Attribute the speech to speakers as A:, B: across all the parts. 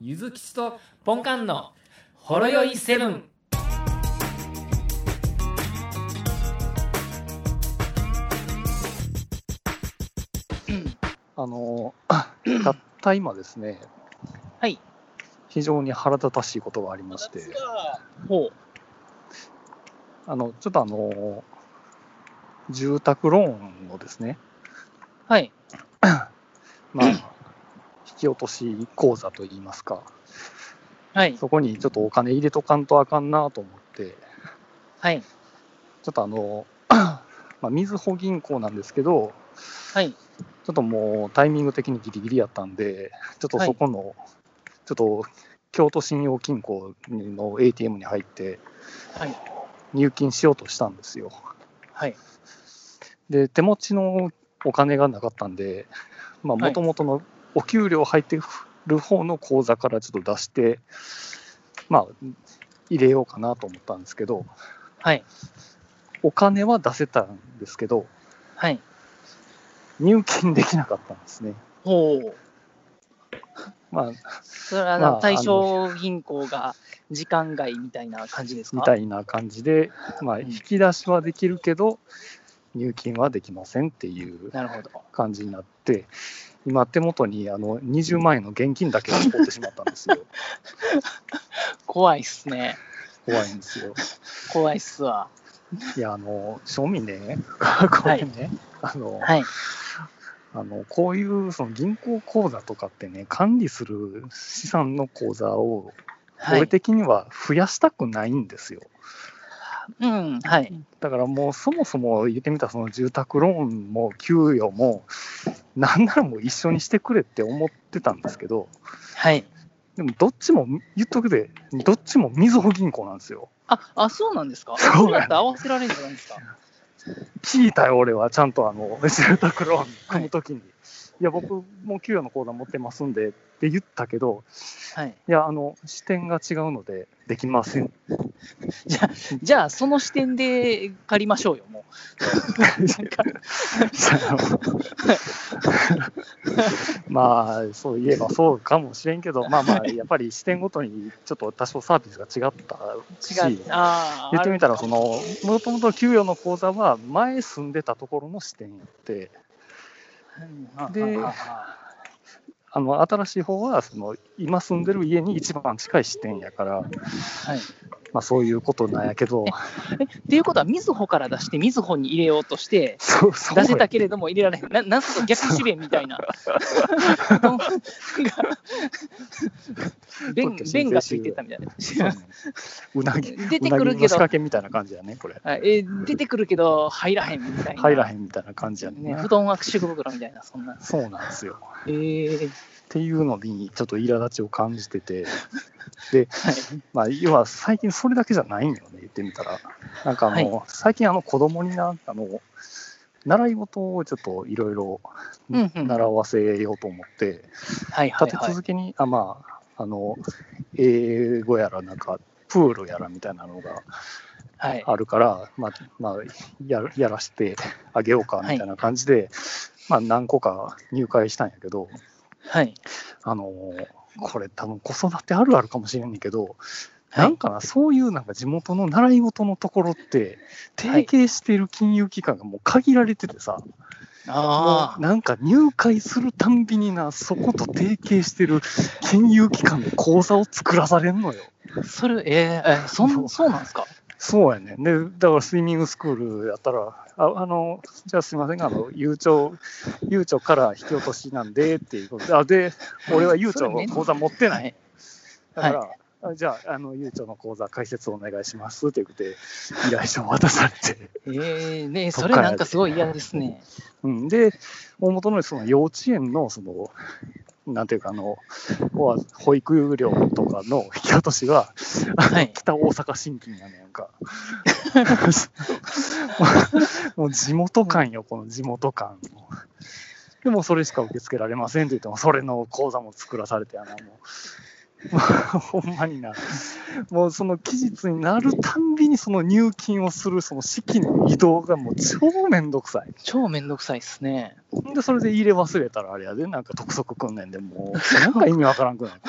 A: ゆずきちとポンカンのほろよいセブン。
B: あのたった今ですね、
C: はい。
B: 非常に腹立たしいことがありまして、
C: ほう。
B: あのちょっとあの住宅ローンのですね、
C: はい。
B: まあ、引き落とし口座といいますか、
C: はい。
B: そこにちょっとお金入れとかんとあかんなと思って、
C: はい。
B: ちょっとあの、 まあ、みずほ銀行なんですけど、
C: はい。
B: ちょっともうタイミング的にギリギリやったんで、ちょっとそこの、ちょっと京都信用金庫の ATM に入って、
C: はい。
B: 入金しようとしたんですよ。
C: はい。
B: で、手持ちのお金がなかったんで、まあ、
C: は
B: も
C: い
B: ともとのお給料入ってる方の口座からちょっと出して、まあ、入れようかなと思ったんですけど、
C: はい。
B: お金は出せたんですけど、
C: はい。
B: 入金できなかったんですね。
C: ほう。
B: まあ、
C: それは、
B: まあ
C: 対象銀行が時間外みたいな感じです
B: み
C: か
B: たいな感じで、まあ、
C: うん
B: 引き出しはできるけど、入金はできませんっていう
C: なるほど。
B: 感じになって、今、手元にあの20万円の現金だけを持ってしまったんで すよ。
C: 怖いっすね。
B: 怖いんですよ。
C: 怖いっすわ。
B: いや、あの、正味ね、これね、あの、
C: はい。
B: あのこういうその銀行口座とかってね、管理する資産の口座を、
C: は
B: 俺
C: い。
B: 的には増やしたくないんですよ。
C: うん。はい。
B: だからもうそもそも言ってみたらその住宅ローンも給与もなんならもう一緒にしてくれって思ってたんですけど
C: はい。
B: でもどっちも言っとくでどっちもみずほ銀行なんですよ
C: あ、あ、そうなんですか
B: そう
C: そうやって合わせられるんじゃないですか
B: 聞いたよ俺はちゃんとあの住宅ローン組むときに、い、や僕もう給与の口座持ってますんでって言ったけど
C: はい。
B: いやあの視点が違うのでできません
C: じゃあ、じゃあ、その視点で借りましょうよ、もう。
B: まあそういえばそうかもしれんけどまあまあやっぱり視点ごとにちょっと多少サービスが違ったし
C: 違う。ああ。
B: 言ってみたら、
C: ある
B: その、もともと給与の口座は前住んでたところの支店やって、
C: うん
B: で
C: ああ
B: あの、新しい方は、その、今住んでる家に一番近い支店やから、
C: あはい。
B: まあそういうことなんやけ ど、
C: っていうことは、みずほから出して、みずほに入れようとして、
B: そう、そうや
C: 出せたけれども入れられへん、ななんすか逆試練み たいな。なんか弁弁がついてたみたい
B: そう
C: な。
B: ねうなぎ、
C: 出てく
B: うな
C: る
B: ぎの
C: けど、
B: 仕掛けみたいな感じやね、これ。
C: あえ出てくるけど入らへんみたいな。
B: 入らへんみたいな感じや
C: ね、。
B: ね
C: 布団は手袋みたいな、そんな。
B: そうなんですよ。っ
C: えー、
B: ていうのに、ちょっと苛立ちを感じて て、で、
C: はい。
B: まあ、要は最近それだけじゃないんよね、言ってみたら。なんかあの、最近あの子供にな、あの、習い事をちょっといろいろ
C: うんうん
B: 習わせようと思って、
C: はいはい
B: 立て
C: はい
B: 続。けに、あ、まあ、あの、英語やらなんか、プールやらみたいなのが
C: はい、
B: あるから、まあ、まあ、ややらしてあげようか、みたいな感じで、まあ、何個か入会したんやけど、
C: はい。
B: あのーこれ多分子育てあるあるかもしれんねんけど、
C: はい
B: なんかな、そういうなんか地元の習い事のところって、提携してる金融機関がもう限られててさ、
C: あ
B: もうなんか入会するたんびにな、そこと提携してる金融機関の口座を作らされんのよ。
C: あ、それ、えー、えーそんそうなんですか
B: そうやね。で、だからスイミングスクールやったら、ああの、じゃあすいません、あの、ゆうちょ、ゆうちょから引き落としなんでっていうことで、あ、で、俺はゆうちょの口座持ってない。
C: はい。
B: だから、あじゃあ、あの、ゆうちょの講座解説お願いしますって言って、依頼書を渡されて。
C: えー、ね
B: そっ
C: そ
B: か
C: れ
B: ら
C: なんかすごい嫌ですね。
B: うん、で、大元のその幼稚園の、その、なんていうか、あの、ほ保育料とかの引き落としは、
C: はい。
B: 北大阪新規なのやんか。もう地元感よ、この地元感。でもそれしか受け付けられませんって言っても、それの講座も作らされてやな、もう。も うほんまにな。もうその期日になるたんびにその入金をするその式の移動がもう超めんどくさい。
C: 超めんどくさいっすね。
B: で、それで入れ忘れたらあれやで、なんか督促訓練でもう、なんか意味わからんくなる。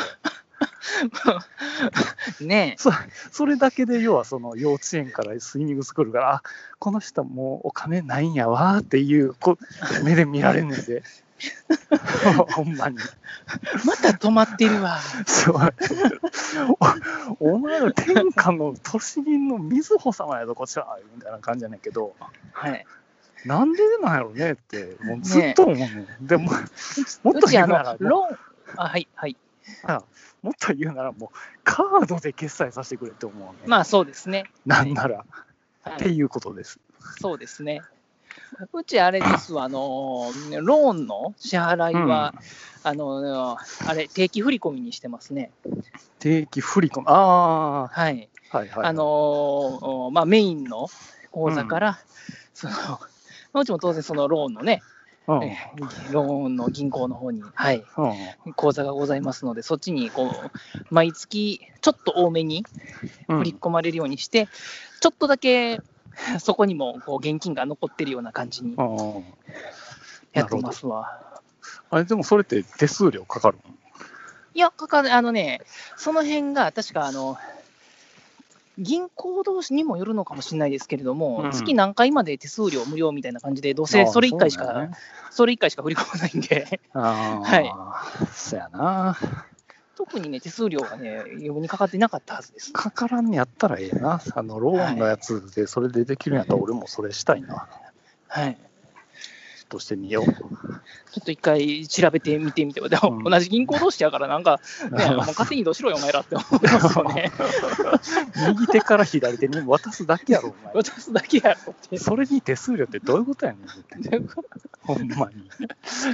C: ね
B: そそれだけで要はその幼稚園からスイミングスクールからあこの人もうお金ないんやわーっていうこ目で見られんねんで ほんまに
C: え、また止まってるわ。
B: そうおお前ら天下の都市銀の水穂様やぞこっちはみたいな感じやねんけど
C: はい。
B: なんでなんやろねってもうずっと思うねんでももっ
C: う
B: と
C: ち、
B: 言
C: あ
B: う
C: の
B: なら、もう
C: ローン、あ、はい、はい。
B: もっと言うならもうカードで決済させてくれって思うね、
C: まあ、そうですね。
B: なんなら、
C: は
B: って
C: い、
B: いうことです
C: そうですね。うち、あれですわ、あの、ローンの支払いは、あの、あれ、定期振り込みにしてますね。
B: 定期振り込み。あ
C: はい。
B: あ、はいはい。
C: あのー、おまあ、メインの口座から、その、まあうちも当然そのローンのね、
B: うん、
C: えーローンの銀行の方に、はい、
B: うん。
C: 口座がございますので、そっちにこう、毎月ちょっと多めに
B: うん
C: 振り込まれるようにして、ちょっとだけそこにもこう現金が残ってるような感じに
B: うん
C: やってますわ。
B: あれ、でもそれって手数料かかるの
C: いや、かかあのね、その辺が確かあの、銀行同士にもよるのかもしれないですけれども、
B: うん
C: 月何回まで手数料無料みたいな感じで、どうせそれ1回しか、そ,、
B: ああそうだね
C: れ一回しか振り込まないんで、
B: あはい。そやな。
C: 特にね、手数料がね、余分にかかってなかったはずです。
B: かからんやったらええな。あの、ローンのやつでそれでできるんやったら俺もそれしたいな。
C: はい。
B: ちょっとし てみよう。
C: ちょっと一回調べてみてみて、でも
B: うん
C: 同じ銀行同士やから、なん か、ね、もう勝手に移動しろよ、お前らって思いますよね。
B: 右手から左手に渡すだけやろ、 お前。
C: 渡すだけやろって。
B: それに手数料ってどういうことやねんって。ほんまに。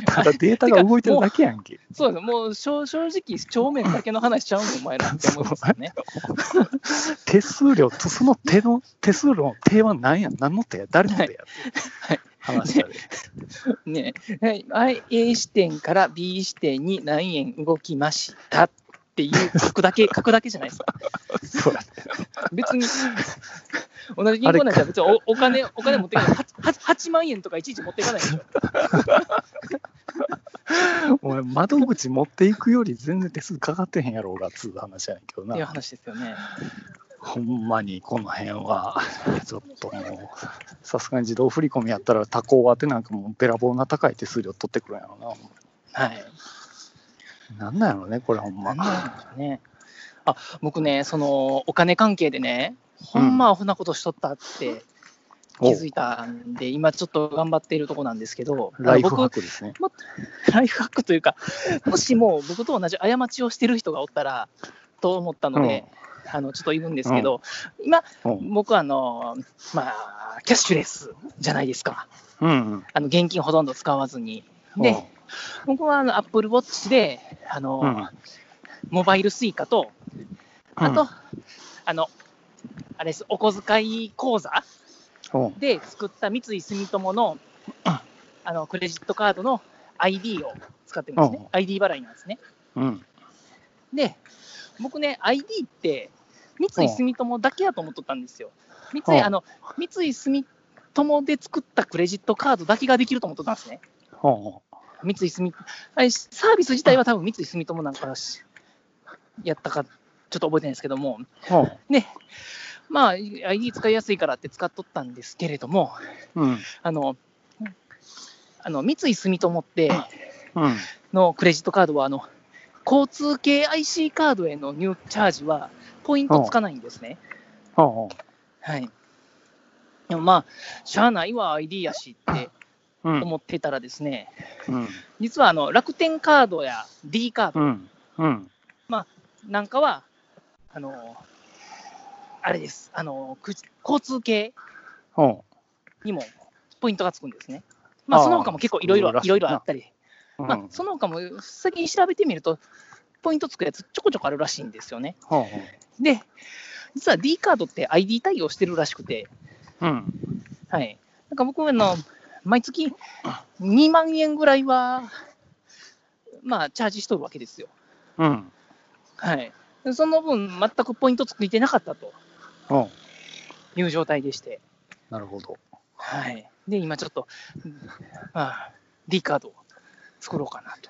B: ただデータが動いてるだけやんけ。
C: そうですもう正正直、正面だけの話しちゃうの、お前らって思いますよね。
B: 手数料と、その手の、手数料の手は何や何の手や誰の手やって
C: はい
B: 話やで。
C: ねえ、はい、A 視点から B 視点に何円動きましたっていう書くだけ、書くだけじゃないですか。
B: そうや
C: 別に、同じ銀行なんじゃ別におお金、お金持っていかない。8, 万円とかいちいち持っていかないでしょ。
B: お前、窓口持っていくより全然手数かかってへんやろうが、つう話やねんけど
C: っていう
B: な。
C: 話ですよね。
B: ほんまに、この辺は、ちょっともう、さすがに自動振り込みやったら、他行宛てなんかもうべらぼうな高い手数料取ってくるんやろ
C: はい。
B: な。なんなんやろね、これほんま。
C: ね、あ僕ね、そのお金関係でね、ほんまアホなことしとったって気づいたんで、今ちょっと頑張っているとこなんですけど、
B: おライフハッ
C: 僕、
B: クですね。
C: ライフハックというか、もしも僕と同じ過ちをしてる人がおったらと思ったので、あのちょっといるんですけど、今、
B: うん。
C: 僕はあの、まあ、キャッシュレスじゃないですか、
B: うん。
C: あの現金ほとんど使わずに。
B: うん
C: で、僕はあの Apple Watch であの、
B: うん、うん
C: モバイル Suica と、あと、、あの、あれです、お小遣い口座
B: うん
C: で作った三井住友の、あの、クレジットカードの ID を使ってるんです
B: う
C: ね
B: ん。
C: ID 払いなんですね。
B: うん。
C: で、僕ね、ID って、三井住友だけやと思っとったんですよ。三
B: う
C: 井、
B: ん
C: あの、三井住友で作ったクレジットカードだけができると思っとったんですね。
B: うん。
C: 三井住あれサービス自体は多分三井住友なんかしやったか、ちょっと覚えてないですけども、ね、まあ、ID 使いやすいからって使っとったんですけれども、
B: うん。
C: あの、あの三井住友って
B: うん。
C: のクレジットカードは、あの、交通系 IC カードへの入チャージは、ポイントつかないんですね。
B: うん。
C: はい。でもまあ、しゃあないは ID やしって
B: うん。
C: 思ってたらですね、
B: うん。
C: 実はあの楽天カードや D カード
B: うん。うん。
C: なんかは、あの、あれです、あの、く交通系
B: うん。
C: にもポイントがつくんですね。まあ、
B: あー
C: その他も結構いろいろ
B: そうらし
C: い
B: いな
C: ろいろあったり、まあ、その他も先に調べてみると、ポイントつくやつちょこちょこあるらしいんですよね。で、実は D カードって ID 対応してるらしくて、
B: うん。
C: はい。なんか僕はあの、毎月2万円ぐらいは、まあ、チャージしとるわけですよ。
B: うん。
C: はい。その分、全くポイントついてなかったと
B: うん。
C: いう状態でして、
B: なるほど。
C: はい。で、今ちょっと、うんまあ、D カードを作ろうかなと。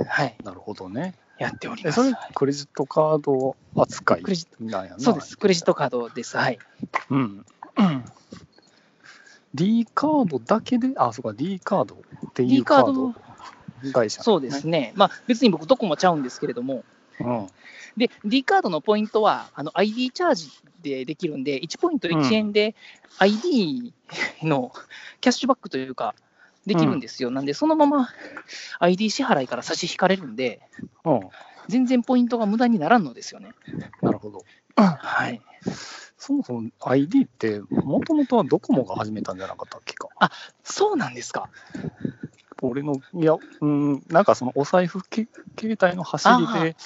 B: ああ、
C: はい、
B: なるほどね。
C: やっており
B: え、
C: ます。
B: それクレジットカード扱い
C: クレジ
B: なんやな。
C: そうです。。クレジットカードです。はい。
B: うん。D カードだけで、あ、そうか、D カードっていう
C: D
B: カ
C: カー
B: ード
C: ド、
B: 会社、
C: そうですね。まあ、別に僕、どこもちゃうんですけれども、
B: うん。
C: で、D カードのポイントは、あの、ID チャージでできるんで、1ポイント1円で ID のキャッシュバックというか、できるんですよ。なんで、そのまま ID 支払いから差し引かれるんで、
B: うん。
C: 全然ポイントが無駄にならんのですよね。
B: なるほど。
C: はい。
B: そもそも ID って、もともとはドコモが始めたんじゃなかったっけか。
C: そうなんですか。
B: 俺の、いや、うん、なんかそのお財布け携帯の走りで、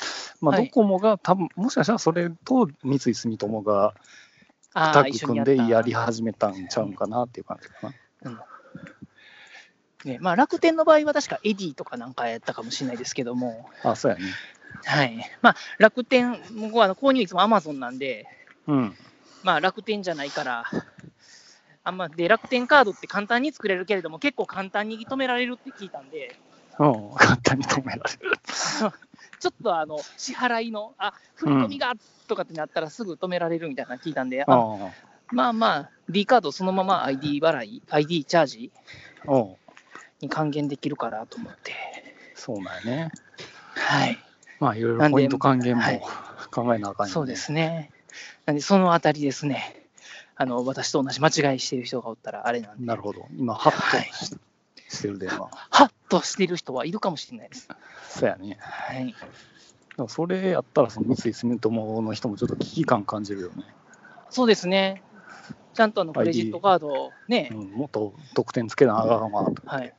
B: まあ、
C: は
B: ド
C: い
B: コモが多分、もしかしたらそれと三井住友が
C: あ
B: タ
C: ー
B: ッグ
C: 一緒に
B: 組ん
C: や
B: でや
C: っ
B: り始めたんちゃうんかなっていう感じかな。
C: たね、まあ、楽天の場合は確かエディとかなんかやったかもしれないですけども、
B: あ、そうやね。
C: はい。まあ、楽天、僕はあの購入いつも Amazon なんで、
B: うん。
C: まあ、楽天じゃないから、あんまで楽天カードって簡単に作れるけれども、結構簡単に止められるって聞いたんで、
B: うん、簡単に止められる。
C: ちょっとあの支払いの、あ振り込みがとかってなったらすぐ止められるみたいなの聞いたんで、あ
B: あ
C: まあまあ、D カードそのまま ID 払い、ID チャージ
B: あ、うん、
C: に還元できるからと思って、
B: そうだよね。
C: はい、
B: まあ、いろい
C: な
B: ろ
C: んで
B: ポイント還元も
C: はい
B: 考えなあかんよね
C: そうで。すね。なんで、そのあたりですね。あの私と同じ間違いしてる人がおったらあれなんで、
B: なるほど。今、ハッ
C: はい
B: とし,、てるでな。
C: ハッとしてる人はいるかもしれないです。
B: そうやね。
C: はい、
B: でもそれやったら、その三井住友の人もちょっと危機感感じるよね。
C: そうですね。ちゃんとあの
B: ID
C: クレジットカードをね
B: う、ん、もっと得点つけなあかんわ。
C: はい、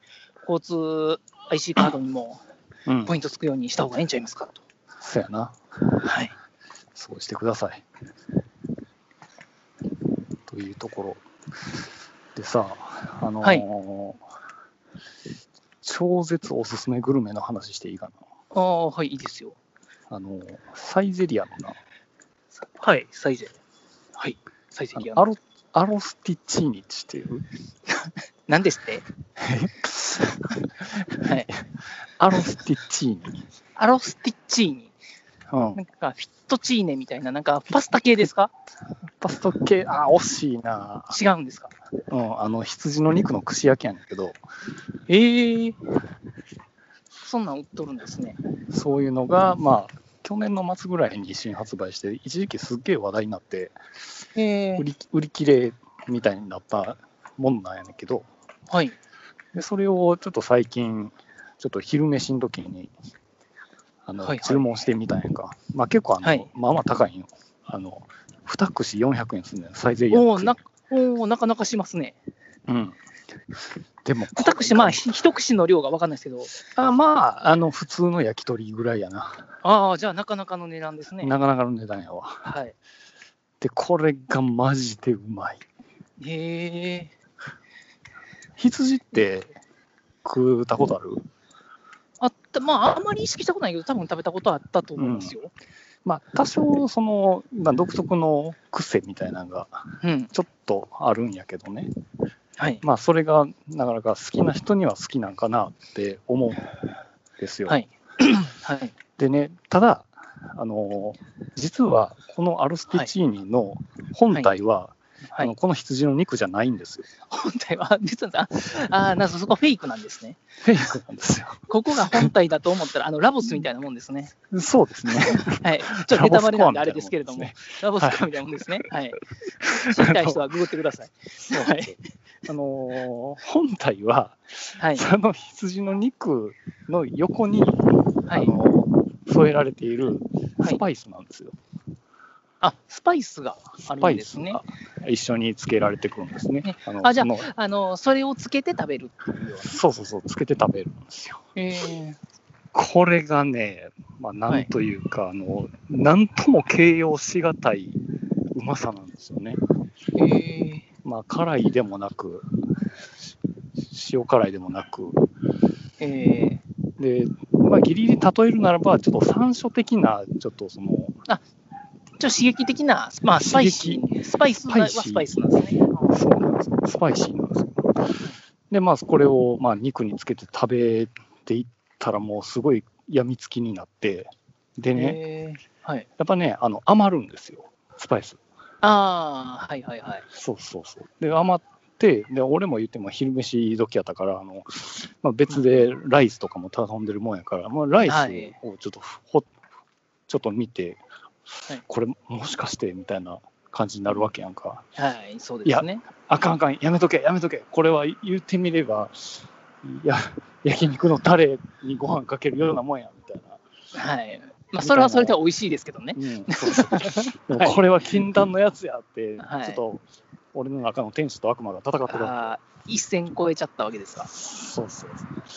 C: 交通 IC カードにも
B: うん
C: ポイントつくようにした方がいいんちゃいますかと。
B: そうやな。
C: はい、
B: そうしてください。というところでさ、あのー
C: はい
B: 超絶おすすめグルメの話していいか
C: ああ、はい、いいですよ。
B: な。あのーサイゼリアのな、
C: はい、サイゼ。はい、サイゼリア
B: あのア
C: の。
B: ロアロスティッチーニって知ってる
C: 何です ってはい。
B: アロスティッチーニ。
C: アロスティッチーニ。
B: うん
C: なんか、フィットチーネみたいな、なんか、パスタ系ですか
B: パスタ系、あ、惜しいな。
C: 違うんですか
B: うん、あの、羊の肉の串焼きやねんけど、
C: ええそんなん売っとるんですね。
B: そういうのが、まあ、去年の末ぐらいに新発売して、一時期すっげえ話題になって、
C: ええ
B: 売り売り切れみたいになったもんなんやねんけど、
C: はい。
B: でそれをちょっと最近、ちょっと昼飯の時にあの、
C: はいはい
B: 注文してみたんやんか、まあ、結構あの、
C: はい
B: まあまあ高いんよ。あの2串400円すんねん、サイゼリアの
C: おお
B: 串
C: な、おーなかなかしますね。
B: うん、でも、
C: 二口、まあ、ひ一口の量が分かんないですけど、
B: あまあ、あの普通の焼き鳥ぐらいやな、
C: ああ、じゃあなかなかの値段ですね。
B: なかなかの値段やわ。
C: はい。
B: で、これがマジでうまい。
C: へえ。
B: 羊って食ったことある、
C: あった、まあ、あんまり意識したことないけど、多分食べたことはあったと思いますよ。
B: まあ、多少、その、まあ、独特の癖みたいなのが
C: うん。
B: ちょっとあるんやけどね、
C: はい。
B: まあ、それがなかなか好きな人には好きなんかなって思うんですよ。
C: はい。 はい。
B: でね、ただ、あの実はこのアルスティチーニの本体は、
C: は
B: あの
C: い。
B: この羊の肉じゃないんですよ。
C: 本体は、あ実は、ああ、なんかそこフェイクなんですね。
B: フェイクなんですよ。
C: ここが本体だと思ったら、あの、ラボスみたいなもんですね。
B: そうですね。
C: はい。ちょっとネタバレなんであれですけれども、ラボ
B: コア
C: ス
B: み
C: コアみたいなもんですね。はい。知りたい人はググってください。はい。
B: あの本体は、
C: はい。
B: その羊の肉の横に、
C: は
B: あ
C: い。
B: の添えられている
C: はい
B: スパイスなんですよ。
C: あ、スパイスがあ
B: スパ
C: るん
B: イ
C: で
B: ス
C: すね
B: が。一緒につけられてくるんですね。
C: ね
B: あの
C: あじゃあ
B: その
C: あの、それをつけて食べるっていうような。
B: そうそうそう、つけて食べるんですよ。
C: ええ
B: これがね、まあ、なんというか、あの、なんとも形容しがたいうまさなんですよね。
C: え
B: まあ、辛いでもなく、し塩辛いでもなく、
C: えええ
B: で、まあ、ギリギリ例えるならば、ちょっと山椒的な、ちょっとその、
C: ちょっと刺激的な、まあ、スパイシ
B: 刺
C: ー。スパイスはスパイスなんですね。
B: そうなんですよスパイシーなんですよ。で、まあ、これを、まあ、肉につけて食べていっったらもうすごい病みつきになって、でね、
C: えーはい。
B: やっぱね、あの余るんですよ、スパイス。
C: ああ、はいはいはい。
B: そうそうそう。で、余って、で俺も言っても昼飯時やったから、あのまあ、別でライスとかも頼んでるもんやから、まあ、ライ
C: はい
B: スをちょっとほ、ちょっと見て、
C: はい
B: これもしかしてみたいな感じになるわけやんか。
C: はい、そうですね。
B: あかんあかん、やめとけ、やめとけ、これは言ってみれば、いや、焼肉のタレにご飯かけるようなもんや、みたいな。
C: はい。まあ、それはそれで美味しいですけどね。
B: うん、そうそうでもこれは禁断のやつやって、
C: はい
B: ちょっと俺の中の天使と悪魔が戦ってるわ
C: ああ、一線超えちゃったわけですか
B: け。そうそう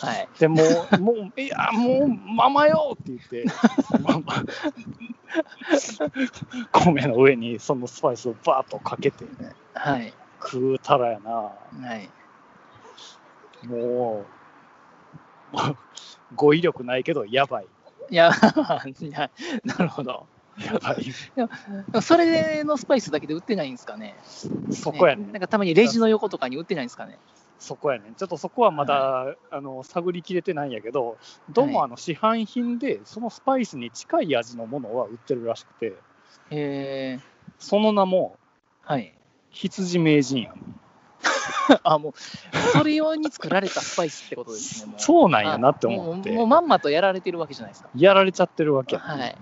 C: はい。
B: でもう、もう、いや、もう、ママよって言って、ママ 米の上にそのスパイスをバーッとかけてね、
C: はい。
B: 食うたらやな、
C: はい。
B: もう、もう語彙力ないけど、やばい。
C: いや、 いやなるほど。
B: やばい。
C: それのスパイスだけで売ってないんですかね。
B: そこやね
C: ねなんかたまにレジの横とかに売ってないんですかね。
B: そこやねちょっとそこはまだ、あの探りきれてないんやけど、どうもあの市販品で、そのスパイスに近い味のものは売ってるらしくて、
C: へえ。
B: その名も、
C: はい。
B: 羊名人やね
C: あ、もう、それ用に作られたスパイスってことですね。もう
B: そうなんやなって思っ
C: あ
B: て
C: もうもう、まんまとやられてるわけじゃないですか。
B: やられちゃってるわけや。
C: はい。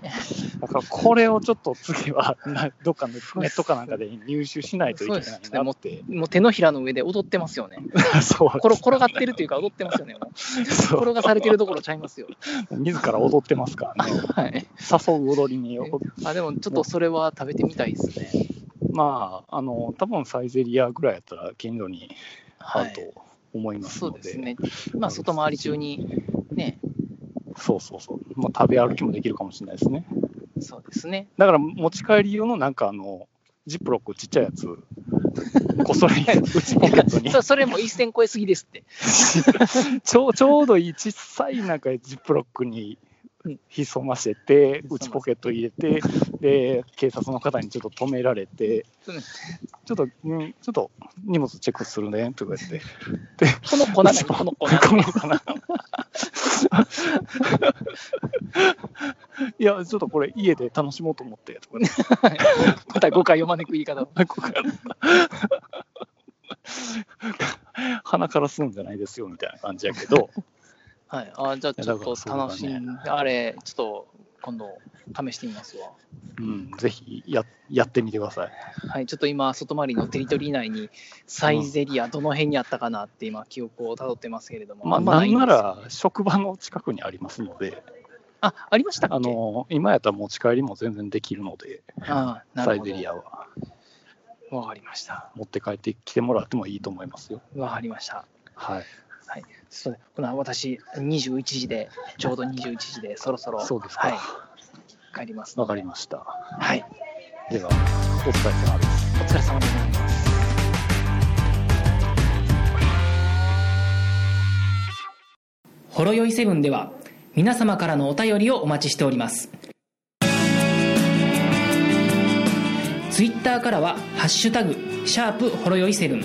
B: だから、これをちょっと 次は、などっかのネットかなんかで入手しないといけない
C: そうですね
B: な
C: も
B: って。
C: もう手のひらの上で踊ってますよね。
B: そう
C: 転転がってるというか踊ってますよね。もう
B: そう
C: 転がされてるところちゃいますよ。
B: 自ら踊ってますからね。
C: はい。
B: 誘う踊りに踊っ
C: あ、でもちょっとそれは食べてみたいですね。
B: まあ、あの、多分サイゼリアぐらいやったら、近所にあ
C: は
B: る
C: い
B: と。思います
C: そ
B: の
C: う
B: で。
C: ですね。まあ、外回り中に、ね、
B: そうそうそう。まあ、食べ歩きもできるかもしれないですね。
C: そうですね。
B: だから持ち帰り用のなんかあの、ジップロックちっちゃいやつ、こっそり 内ポケット に
C: そそれも一線超えすぎですって。
B: ちょう、ちょうどいい小さいなんかジップロックに
C: うん
B: 潜ませて、
C: 潜ませて
B: 内ポケット入れて、で、警察の方にちょっと止められて、
C: そうね
B: ちょっと、うん、ちょっと荷物チェックするね、とか言って。
C: この粉何この粉。
B: この粉 いや、ちょっとこれ家で楽しもうと思って、とかね。
C: また誤解を招く言い方を。
B: 鼻から吸うんじゃないですよみたいな感じや けど、
C: はい。あ、じゃあちょっと楽し
B: いやだからそうだ
C: ん、あれ、ちょっと今度試してみますわ。
B: うん、ぜひややってみてください。
C: はい、ちょっと今、外回りのテリトリー内に、サイゼリア、どの辺にあったかなって、今、記憶をたどってますけれども、
B: まあ、
C: ん
B: なん
C: ん
B: な
C: ですよ
B: ら職場の近くにありますので、
C: あ、ありましたっけ
B: あの今やったら持ち帰りも全然できるので、
C: ああな
B: サ
C: る
B: イ
C: ほ
B: ゼリ
C: ど。
B: アは
C: わかりました。
B: 持って帰ってきてもらってもいいと思いますよ。
C: わかりました。
B: はい、
C: そうですほな私、21時で、ちょうど21時で、そろそろ、
B: そうですか。わ、
C: はい、帰ります。
B: かりました。
C: はい、
B: では、お疲れ様です。
C: お疲れ様です。
A: ほろよいセブンでは皆様からのお便りをお待ちしておりますツイッターからは「ハッシュタグシャープほろよいセブン」